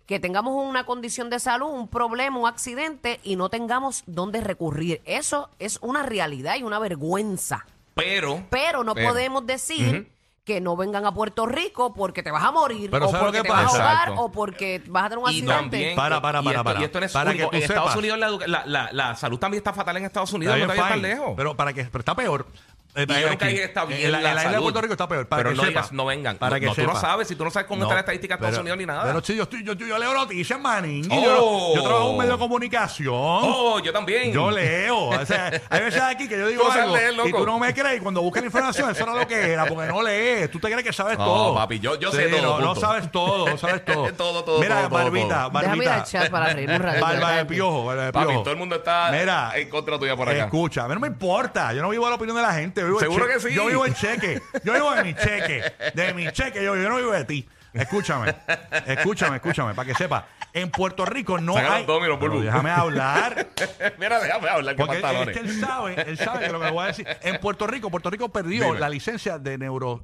Speaker 4: Que tengamos una condición de salud, un problema, un accidente y no tengamos dónde recurrir. Eso es una realidad y una vergüenza.
Speaker 5: Pero.
Speaker 4: Pero no
Speaker 5: Pero.
Speaker 4: podemos decir
Speaker 5: Ujú.
Speaker 4: que no vengan a Puerto Rico porque te vas a morir,
Speaker 3: Pero
Speaker 4: o
Speaker 3: ¿sabes lo
Speaker 4: porque
Speaker 3: que
Speaker 4: te vas a
Speaker 3: pasa?
Speaker 4: ahogar,
Speaker 5: Exacto.
Speaker 4: o porque vas a tener un
Speaker 5: Y
Speaker 4: accidente.
Speaker 5: también.
Speaker 3: Para, para,
Speaker 5: y
Speaker 3: para,
Speaker 5: esto-
Speaker 3: para.
Speaker 5: Y esto no es
Speaker 3: Para
Speaker 5: único.
Speaker 3: que tú
Speaker 5: en Estados
Speaker 3: sepas.
Speaker 5: Unidos la, educa- la, la, la salud también está fatal en Estados Unidos.
Speaker 3: Está
Speaker 5: no
Speaker 3: bien,
Speaker 5: está tan
Speaker 3: fine.
Speaker 5: lejos.
Speaker 3: Pero para que pero está peor. Eh,
Speaker 5: Y yo
Speaker 3: peor
Speaker 5: creo que
Speaker 3: aquí.
Speaker 5: ahí está bien
Speaker 3: En la, en la isla de
Speaker 5: salud.
Speaker 3: Puerto Rico está peor. Para
Speaker 5: Pero
Speaker 3: que
Speaker 5: no
Speaker 3: sepa.
Speaker 5: digas, no vengan.
Speaker 3: Para
Speaker 5: No,
Speaker 3: que
Speaker 5: no, tú no
Speaker 3: sepa.
Speaker 5: sabes, si tú no sabes cómo está la estadística de Estados Unidos ni nada.
Speaker 3: Pero sí, yo, estoy- yo, yo, yo leo noticias, manín.
Speaker 5: Oh.
Speaker 3: Yo, leo- yo trabajo en un medio de comunicación.
Speaker 5: Oh, yo también.
Speaker 3: Yo leo. O sea, hay veces aquí que yo digo
Speaker 5: Cosas
Speaker 3: algo
Speaker 5: leer, loco.
Speaker 3: y tú no me crees. Y cuando buscas la información, eso era lo que era, porque no lees. Tú te crees que sabes
Speaker 5: No,
Speaker 3: todo.
Speaker 5: papi, yo- yo
Speaker 3: Sí,
Speaker 5: sé todo,
Speaker 3: No, no
Speaker 5: punto.
Speaker 3: sabes todo, no sabes todo.
Speaker 5: Todo, todo,
Speaker 3: Mira,
Speaker 5: todo, todo,
Speaker 3: Barbita,
Speaker 5: todo.
Speaker 4: Déjame ir
Speaker 3: Barbita.
Speaker 4: al chat para reírme un ratito.
Speaker 3: Barba de
Speaker 4: espérate.
Speaker 3: piojo, barba de piojo.
Speaker 5: Papi, todo el mundo está
Speaker 3: Mira,
Speaker 5: en contra tuya por acá.
Speaker 3: Escucha, a mí no me importa. Yo no vivo de la opinión de la gente. yo vivo de
Speaker 5: Seguro
Speaker 3: cheque.
Speaker 5: que sí.
Speaker 3: Yo vivo en cheque. Yo vivo de mi cheque. De mi cheque. Yo, yo no vivo de ti. Escúchame, escúchame, escúchame, para que sepa. En Puerto Rico no
Speaker 5: Saca los
Speaker 3: hay.
Speaker 5: dominos,
Speaker 3: Pero
Speaker 5: Bulbu.
Speaker 3: déjame hablar.
Speaker 5: Mira, déjame hablar que
Speaker 3: Porque él,
Speaker 5: pantalones.
Speaker 3: es que él sabe, él sabe que lo que voy a decir. En Puerto Rico, Puerto Rico perdió
Speaker 5: Dime.
Speaker 3: la licencia de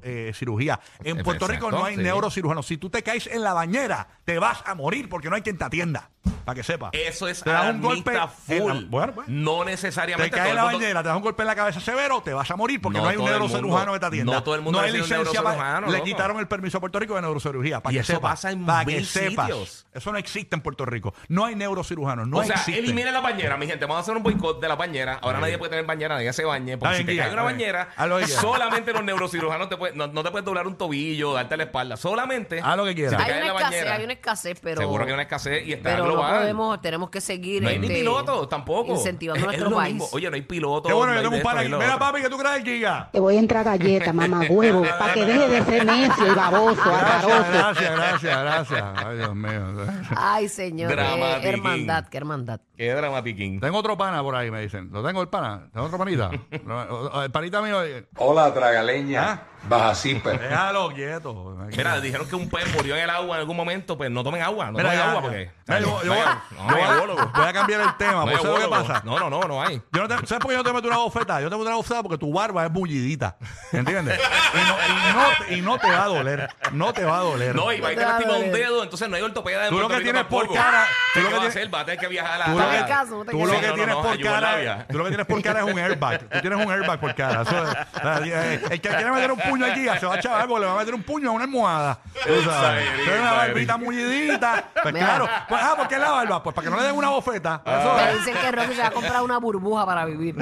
Speaker 3: neurocirugía. en
Speaker 5: Eh,
Speaker 3: Puerto
Speaker 5: exacto,
Speaker 3: Rico no hay
Speaker 5: sí.
Speaker 3: neurocirujanos. Si tú te caes en la bañera, te vas a morir porque no hay quien te atienda. Para que sepa.
Speaker 5: Eso es
Speaker 3: Te das un golpe
Speaker 5: alarmista
Speaker 3: en la-
Speaker 5: full.
Speaker 3: bueno, pues.
Speaker 5: No
Speaker 3: Te
Speaker 5: necesariamente
Speaker 3: caes en la
Speaker 5: todo el mundo-
Speaker 3: bañera, te das un golpe en la cabeza severo, te vas a morir porque no,
Speaker 5: No
Speaker 3: hay un
Speaker 5: todo el mundo-
Speaker 3: neurocirujano que te atienda.
Speaker 5: no todo el mundo
Speaker 3: hay
Speaker 5: recibe un
Speaker 3: licencia. pa-
Speaker 5: neurocirujano,
Speaker 3: le
Speaker 5: loco.
Speaker 3: quitaron el permiso a Puerto Rico de neurocirugía. Para
Speaker 5: Y
Speaker 3: que
Speaker 5: eso
Speaker 3: sepa,
Speaker 5: pasa en
Speaker 3: para que
Speaker 5: mil
Speaker 3: sepas.
Speaker 5: sitios.
Speaker 3: Eso no existe en Puerto Rico. No hay neurocirujanos. No
Speaker 5: o sea,
Speaker 3: existe.
Speaker 5: eliminen la bañera, mi gente. Vamos a hacer un boicot de la bañera. Ahora nadie puede tener bañera, nadie se bañe. Porque
Speaker 3: Está
Speaker 5: si
Speaker 3: bien,
Speaker 5: te
Speaker 3: guía,
Speaker 5: cae una
Speaker 3: está bien.
Speaker 5: bañera,
Speaker 3: Haz lo que quieras.
Speaker 5: solamente los neurocirujanos te pueden- no, no te pueden doblar un tobillo, darte la espalda. Solamente.
Speaker 3: Haz lo que quieras.
Speaker 5: Si te
Speaker 4: Hay
Speaker 5: caes en
Speaker 4: una
Speaker 5: la
Speaker 4: escasez,
Speaker 5: bañera.
Speaker 4: hay una escasez, pero.
Speaker 5: Seguro que hay una escasez y está
Speaker 4: pero no
Speaker 5: global.
Speaker 4: podemos, tenemos que seguir.
Speaker 5: No hay ni
Speaker 4: este,
Speaker 5: pilotos tampoco.
Speaker 4: Incentivando
Speaker 5: Es- es
Speaker 4: nuestro
Speaker 5: lo
Speaker 4: país.
Speaker 5: mismo. Oye, no hay pilotos.
Speaker 3: Qué bueno,
Speaker 5: no
Speaker 3: yo
Speaker 5: hay
Speaker 3: tengo un
Speaker 5: de esto,
Speaker 3: par
Speaker 5: no hay
Speaker 3: aquí.
Speaker 5: lo
Speaker 3: Mira,
Speaker 5: otro.
Speaker 3: papi, que tú crees, Giga.
Speaker 13: Te voy a entrar galleta, mamá huevo, para que deje de ser necio y baboso,
Speaker 3: Gracias,
Speaker 13: azaroso.
Speaker 3: gracias, gracias, gracias. Ay, Dios mío.
Speaker 4: Ay, señor.
Speaker 5: Dramatiquín.
Speaker 4: Qué hermandad, qué hermandad.
Speaker 5: Qué dramatiquín.
Speaker 3: Tengo otro pana por ahí, me dicen. ¿Lo tengo el pana? ¿Tengo otro panita? No, el panita mío. eh, ¿Ah?
Speaker 14: Hola, tragaleña. Baja Zipper.
Speaker 3: Déjalo quieto.
Speaker 5: Mira, dijeron que un pez murió en el agua en algún momento, pues no tomen agua, no
Speaker 3: Mira,
Speaker 5: tomen
Speaker 3: ya,
Speaker 5: agua
Speaker 3: ya.
Speaker 5: porque.
Speaker 3: Mira, yo- yo-
Speaker 5: no hay-
Speaker 3: yo-
Speaker 5: no hay
Speaker 3: yo-
Speaker 5: agólogo.
Speaker 3: Voy a cambiar el tema,
Speaker 5: No
Speaker 3: porque
Speaker 5: hay
Speaker 3: ¿sabes pues lo que
Speaker 5: agólogo.
Speaker 3: pasa?
Speaker 5: No, no, no, no hay.
Speaker 3: Yo no te- ¿Sabes por qué yo te meto una bofetada? Yo te meto una bofetada porque tu barba es bullidita. ¿Entiendes? Y no, y, no, y no te va a doler. No te va a doler.
Speaker 5: No, y va a
Speaker 4: Te va a
Speaker 5: lastima un
Speaker 4: doler.
Speaker 5: dedo, entonces no hay ortopeda. en
Speaker 3: Tú lo
Speaker 5: Puerto
Speaker 3: que
Speaker 5: Rico
Speaker 3: tienes por
Speaker 5: tampoco. Ah,
Speaker 3: cara- tú
Speaker 5: ¿Qué
Speaker 3: lo
Speaker 5: vas
Speaker 3: que
Speaker 5: a
Speaker 3: tienes-
Speaker 5: hacer? Va a tener que viajar a
Speaker 3: Tú
Speaker 5: la.
Speaker 3: lo
Speaker 4: Dame
Speaker 5: a-
Speaker 4: caso, no te
Speaker 3: Tú
Speaker 4: quedes.
Speaker 3: lo
Speaker 5: Sí,
Speaker 3: que
Speaker 5: no, no,
Speaker 3: tienes
Speaker 5: no, a
Speaker 3: por cara,
Speaker 5: Yugoslavia.
Speaker 3: tú lo que tienes por cara es un airbag. Tú tienes un airbag por cara. Eso es- la- eh, el que quiere meter un puño aquí ya se va a chaval porque le va a meter un puño a una almohada. Tú sabes.
Speaker 5: Esa
Speaker 3: Tiene una
Speaker 5: herida,
Speaker 3: barbita mullidita. Pues
Speaker 4: Mira.
Speaker 3: claro. Pues, ah, ¿por qué la barba? Pues para que no le den una bofeta.
Speaker 5: Ah.
Speaker 3: Eso
Speaker 4: Me
Speaker 3: es.
Speaker 4: dicen que Rocky se va a comprar una burbuja para vivir.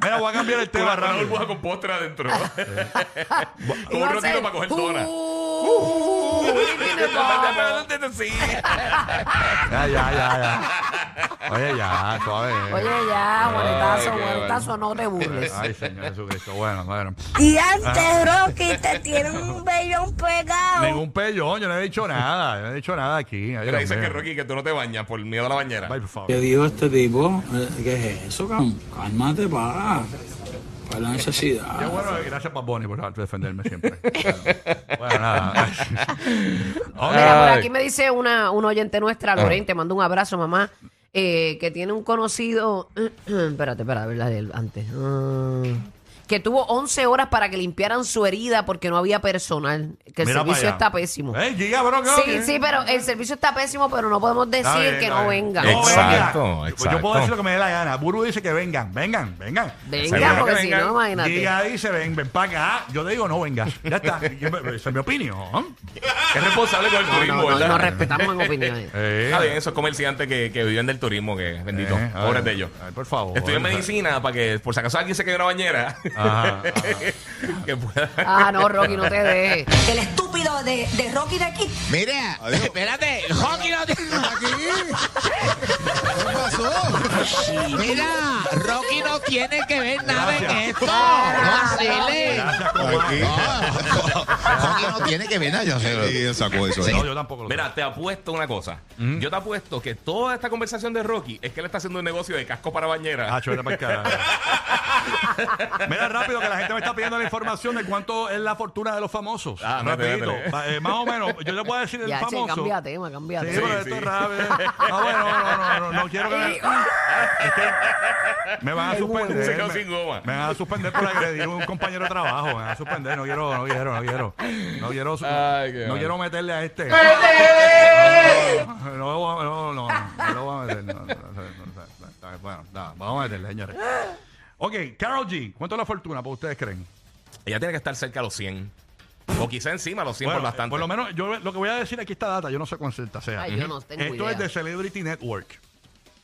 Speaker 3: Mira, voy a cambiar el tema
Speaker 5: Una- Una
Speaker 3: rápido.
Speaker 5: burbuja con postre adentro. Como
Speaker 4: Iba
Speaker 5: un
Speaker 4: a ser, Uh,
Speaker 5: ratito para coger Uh. dona.
Speaker 4: "Ooh, in the ball".
Speaker 5: Sí.
Speaker 3: Ya, ya, ya, ya. Oye, ya, suave.
Speaker 4: Oye, ya, Juanetazo,
Speaker 5: Ay, qué
Speaker 4: Juanetazo, no te burles.
Speaker 3: Ay, Señor Jesucristo. Bueno, bueno.
Speaker 15: Y antes, Rocky, te tienen un vellón pegado.
Speaker 3: Ningún pellón, yo no he dicho nada. Yo no he dicho nada aquí. Ay,
Speaker 5: Pero
Speaker 3: Dios
Speaker 5: dicen que
Speaker 3: mío.
Speaker 5: Rocky, que tú no te bañas por miedo a la bañera.
Speaker 3: Ay, por favor.
Speaker 16: Le digo a este tipo, eh, ¿qué es eso, cabrón? Cálmate, para. ¿Cuál es la necesidad?
Speaker 3: Ya, bueno, gracias, Pap Bunny, por defenderme siempre. bueno, nada.
Speaker 4: Mira, por
Speaker 5: Ay. Ah.
Speaker 4: aquí me dice una, un oyente nuestra, Lorena, te mando un abrazo, mamá, eh, que tiene un conocido. espérate, espérate, ¿verdad? Él Antes. Mm, que tuvo 11 horas para que limpiaran su herida porque no había personal. Que el
Speaker 3: Mira pa'
Speaker 4: servicio
Speaker 3: allá.
Speaker 4: está pésimo.
Speaker 3: ¡Ey, Giga, bro! ¿qué?
Speaker 4: Sí, sí, pero el servicio está pésimo, pero no podemos
Speaker 3: Está
Speaker 4: decir
Speaker 3: bien,
Speaker 4: que
Speaker 3: está
Speaker 4: no
Speaker 3: bien.
Speaker 4: vengan.
Speaker 3: No vengan.
Speaker 5: Exacto,
Speaker 3: Yo- Yo
Speaker 5: exacto.
Speaker 3: puedo decir lo que me dé la gana. Buru dice que vengan, vengan, vengan.
Speaker 4: Vengan,
Speaker 5: Seguro
Speaker 4: porque
Speaker 5: que
Speaker 4: si
Speaker 5: vengan.
Speaker 4: no, imagínate.
Speaker 3: Giga dice, ven, ven para acá. Yo le digo, no vengas. Ya está. Yo- Esa es mi opinión.
Speaker 5: Es responsable con el
Speaker 4: No,
Speaker 5: turismo,
Speaker 4: no, no,
Speaker 5: ¿verdad?
Speaker 4: no respetamos en opiniones.
Speaker 3: Eh,
Speaker 5: Está bien, esos comerciantes que, que viven del turismo, que bendito.
Speaker 3: eh, a
Speaker 5: Pobres
Speaker 3: ver,
Speaker 5: de ellos.
Speaker 3: a ver, por favor. Ah,
Speaker 5: Estudian medicina para que, por si acaso alguien se quede en una bañera,
Speaker 3: Ajá, ajá.
Speaker 5: que pueda.
Speaker 4: Ah, no, Rocky, no te dejes.
Speaker 17: El estúpido de, de Rocky de aquí.
Speaker 18: Mira, espérate, Rocky no tiene Mira, Rocky no tiene que ver nada en
Speaker 3: Gracias.
Speaker 18: esto. No vacile.
Speaker 3: Gracias, compa.
Speaker 18: Rocky no tiene que ver nada. Yo sé.
Speaker 19: Y él sacó eso.
Speaker 3: No, yo tampoco lo sé.
Speaker 5: Mira, te apuesto una cosa. Yo te apuesto que toda esta conversación de Rocky es que él está haciendo un negocio de casco para bañera.
Speaker 3: Ah, chulo, para Mira rápido que la gente me está pidiendo la información de cuánto es la fortuna de los famosos.
Speaker 5: Ah, métele,
Speaker 3: Rapidito.
Speaker 5: métele.
Speaker 3: Va, eh, más o menos, yo le puedo decir el
Speaker 4: Ya, che,
Speaker 3: famoso.
Speaker 4: cambia tema, cambia
Speaker 3: Sí,
Speaker 4: tema.
Speaker 3: pero
Speaker 5: Sí,
Speaker 3: esto
Speaker 5: sí.
Speaker 3: es rápido. Ah, bueno, no, no, no, no, no quiero que me, Es que me van a suspender.
Speaker 5: Se quedó
Speaker 3: me-
Speaker 5: sin goma.
Speaker 3: Me van a suspender por agredir a un compañero de trabajo. Me van a suspender. No quiero, no quiero, no quiero. No quiero, su-
Speaker 5: Ay, qué
Speaker 3: no
Speaker 5: mal.
Speaker 3: quiero meterle a este. No, no, no, no, no, no lo voy a meter. no, no, no, no, no, no, Bueno, nada, vamos a meterle, señores. Ok, Carol G, ¿cuánto es la fortuna para ustedes creen?
Speaker 5: Ella tiene que estar cerca de los 100. O quizá encima de los 100
Speaker 3: Bueno,
Speaker 5: por bastante.
Speaker 3: por lo menos, yo lo que voy a decir aquí esta data, yo no sé cuán cierta sea.
Speaker 4: Ay, yo no tengo
Speaker 3: Esto es
Speaker 4: idea.
Speaker 3: de Celebrity Network.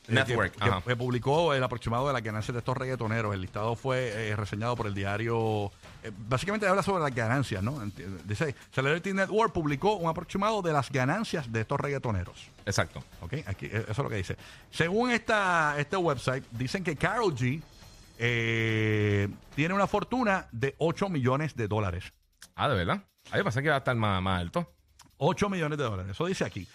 Speaker 3: eh,
Speaker 5: Network,
Speaker 3: que, que-
Speaker 5: ajá.
Speaker 3: que publicó el aproximado de las ganancias de estos reggaetoneros. El listado fue eh, reseñado por el diario. eh, básicamente habla sobre las ganancias, ¿no? Enti- Dice: Celebrity Network publicó un aproximado de las ganancias de estos reggaetoneros.
Speaker 5: Exacto.
Speaker 3: ¿Ok? Aquí, eh, eso es lo que dice. Según esta, este website, dicen que Carol G eh, tiene una fortuna de 8 millones de dólares.
Speaker 5: Ah, de verdad. A mí pensé que iba a estar más, más alto.
Speaker 3: 8 millones de dólares. Eso dice aquí. En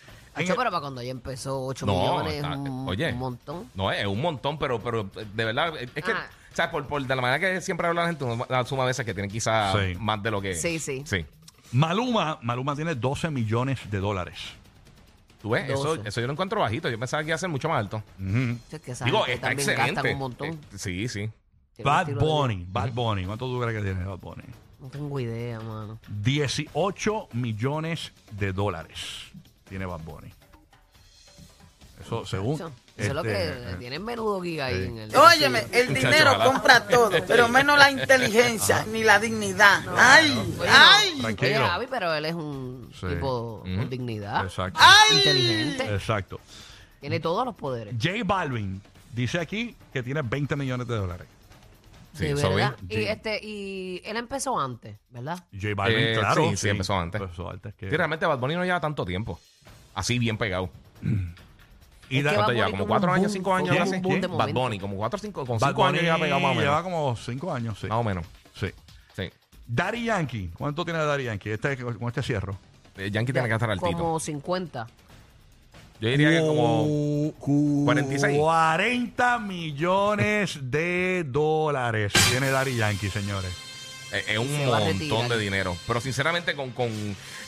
Speaker 4: Acho,
Speaker 3: el-
Speaker 4: pero para cuando ya empezó 8
Speaker 5: No,
Speaker 4: millones,
Speaker 5: está-
Speaker 4: un,
Speaker 5: oye.
Speaker 4: un montón.
Speaker 5: No, es un montón, pero, pero eh, de verdad, eh, es que,
Speaker 4: Ah.
Speaker 5: o sea, por, por- de la manera que siempre habla la gente, uno suma a veces que tienen quizás
Speaker 3: Sí.
Speaker 5: más de lo que.
Speaker 4: Sí, sí.
Speaker 5: Sí.
Speaker 3: Maluma, Maluma tiene 12 millones de dólares.
Speaker 5: ¿Tú ves? Eso, eso yo lo encuentro bajito. Yo pensaba que iba a ser mucho más alto.
Speaker 3: Ujú.
Speaker 4: Es que esa
Speaker 5: Digo,
Speaker 4: gente
Speaker 5: está
Speaker 4: también gastan
Speaker 5: excelente.
Speaker 4: un montón.
Speaker 5: Eh, sí, sí.
Speaker 4: Tiene un
Speaker 3: Bad
Speaker 4: estilo de
Speaker 3: Bunny,
Speaker 4: vida.
Speaker 3: Bad Bunny. ¿Cuánto tú crees que tiene Bad Bunny?
Speaker 4: No tengo idea, mano.
Speaker 3: 18 millones de dólares tiene Bad Bunny. Eso según.
Speaker 4: Eso, eso es lo que
Speaker 5: eh,
Speaker 3: este,
Speaker 4: tienen menudo guía ahí en el.
Speaker 19: Óyeme,
Speaker 4: Sí.
Speaker 19: el dinero
Speaker 3: ojalá.
Speaker 19: compra todo, pero menos la inteligencia ni la dignidad. ¡Ay!
Speaker 4: Oye, no.
Speaker 19: ¡Ay!
Speaker 3: Tranquilo.
Speaker 4: Oye, Javi, pero él es un
Speaker 3: Sí.
Speaker 4: tipo
Speaker 3: Ujú.
Speaker 4: con dignidad.
Speaker 3: Exacto.
Speaker 5: Eh,
Speaker 4: Inteligente.
Speaker 3: Exacto.
Speaker 4: Tiene todos los poderes.
Speaker 3: J Balvin dice aquí que tiene 20 millones de dólares.
Speaker 4: de
Speaker 5: eso
Speaker 4: verdad.
Speaker 5: vi.
Speaker 4: Y, este, y él empezó antes, ¿verdad?
Speaker 3: J Balvin,
Speaker 5: Eh,
Speaker 3: claro.
Speaker 5: sí, sí, empezó antes.
Speaker 3: empezó antes que-
Speaker 5: Sí, realmente Bad Bunny no lleva tanto tiempo. Así bien pegado.
Speaker 3: Y da- Bad
Speaker 5: ¿Cuánto lleva?
Speaker 3: Bunny
Speaker 5: Como
Speaker 3: tuvo un
Speaker 5: cuatro años,
Speaker 3: boom,
Speaker 5: cinco años.
Speaker 3: tuvo
Speaker 5: así.
Speaker 3: un boom de
Speaker 5: Bad
Speaker 3: momento.
Speaker 5: Bunny, como cuatro, cinco, con
Speaker 3: Bad
Speaker 5: cinco años
Speaker 3: Bunny
Speaker 5: lleva pegado más o menos.
Speaker 3: Lleva como 5 años, sí.
Speaker 5: Más o menos.
Speaker 3: Sí.
Speaker 5: Sí.
Speaker 3: Daddy Yankee. ¿Cuánto tiene Daddy Yankee? Este, con este cierro.
Speaker 5: Eh, Yankee tiene que estar altito.
Speaker 4: Como 50.
Speaker 5: Yo diría que como.
Speaker 3: Cu-
Speaker 5: 46.
Speaker 3: 40 millones de dólares tiene Daddy Yankee, señores.
Speaker 5: eh, Es un
Speaker 4: Se va a retirar.
Speaker 5: montón de dinero. Pero sinceramente, con. con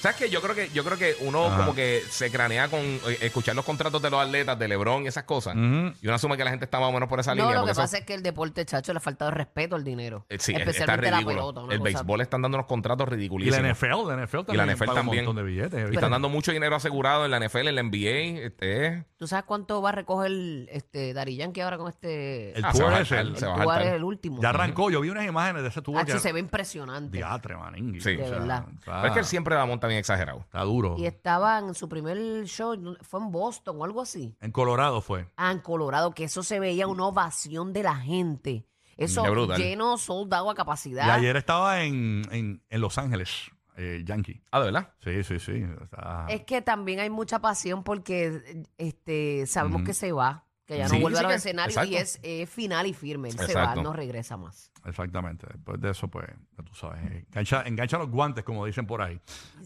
Speaker 5: ¿Sabes qué? Yo creo que, yo creo que uno
Speaker 3: Ajá.
Speaker 5: como que se cranea con eh, escuchar los contratos de los atletas, de Lebron y esas cosas.
Speaker 3: Ujú.
Speaker 5: Y uno asume que la gente está más o menos por esa
Speaker 4: No,
Speaker 5: línea.
Speaker 4: lo
Speaker 5: porque
Speaker 4: que
Speaker 5: eso-
Speaker 4: pasa es que el deporte, chacho, le ha faltado respeto al dinero.
Speaker 5: eh, sí, está
Speaker 4: Especialmente la
Speaker 5: ridículo.
Speaker 4: pelota. una
Speaker 5: el
Speaker 4: cosa-
Speaker 5: béisbol están dando unos contratos
Speaker 3: Y
Speaker 5: ridiculísimos.
Speaker 3: la NFL, la NFL
Speaker 5: Y
Speaker 3: también.
Speaker 5: la NFL
Speaker 3: paga
Speaker 5: también.
Speaker 3: Un montón de billetes.
Speaker 5: Y están dando mucho dinero asegurado en la NFL, en la NBA. Este,
Speaker 4: ¿Tú sabes cuánto va a recoger este Dari Yankee ahora con este?
Speaker 3: El
Speaker 5: Ah, se
Speaker 3: tour
Speaker 5: va a
Speaker 3: es
Speaker 5: saltar,
Speaker 3: el.
Speaker 5: se va a
Speaker 4: Tú
Speaker 5: saltar.
Speaker 4: eres el último.
Speaker 3: Ya arrancó. Yo vi unas imágenes de ese tubo
Speaker 4: Ah,
Speaker 3: que.
Speaker 4: se ve impresionante.
Speaker 3: Diatre, manín.
Speaker 5: Sí. De
Speaker 4: verdad.
Speaker 5: Pero es que él siempre da monta bien exagerado.
Speaker 3: Está duro.
Speaker 4: Y estaba en su primer show, ¿no? fue en Boston o algo así.
Speaker 3: En Colorado fue.
Speaker 4: Ah, en Colorado, que eso se veía una ovación de la gente. Eso
Speaker 5: Qué brutal.
Speaker 4: lleno, soldado a
Speaker 3: Y
Speaker 4: capacidad.
Speaker 3: ayer estaba en, en, en Los Ángeles, eh, Yankee.
Speaker 5: Ah, ¿de verdad?
Speaker 3: Sí, sí, sí. Está-
Speaker 4: Es que también hay mucha pasión porque este sabemos
Speaker 3: Ujú.
Speaker 4: que se va, que ya
Speaker 5: Sí,
Speaker 4: no vuelve
Speaker 5: sí
Speaker 4: a los
Speaker 5: que-
Speaker 4: escenarios y es
Speaker 5: exacto.
Speaker 4: eh, final y firme. Él se va,
Speaker 5: Exacto.
Speaker 4: no regresa más.
Speaker 3: Exactamente. Después de eso, pues, ya tú sabes. eh, Engancha, engancha los guantes, como dicen por ahí.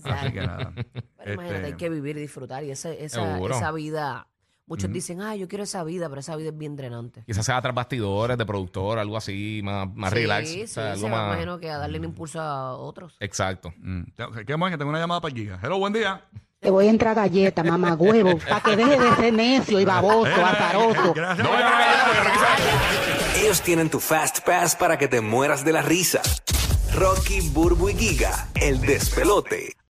Speaker 3: Así que nada.
Speaker 4: Pero imagínate,
Speaker 3: Este,
Speaker 4: hay que vivir y disfrutar. Y esa, esa,
Speaker 5: Seguro.
Speaker 4: esa vida, muchos
Speaker 5: Ujú.
Speaker 4: dicen, ah, yo quiero esa vida, pero esa vida es bien drenante.
Speaker 5: Quizás sea tras bastidores, de productor, algo así, más, más
Speaker 4: sí,
Speaker 5: relax.
Speaker 4: Sí,
Speaker 5: o sea, algo
Speaker 4: se va,
Speaker 5: más-
Speaker 4: imagino que a darle el impulso a otros.
Speaker 5: Exacto.
Speaker 3: mm, tengo- ¿Qué más? Que tengo una llamada para Giga. Hello, buen día.
Speaker 13: Te voy a entrar galleta, mamá huevo, para que deje de ser necio y baboso, azaroso.
Speaker 3: Gracias.
Speaker 20: Ellos tienen tu Fast Pass para que te mueras de la risa. Rocky, Burbu y Giga, el despelote.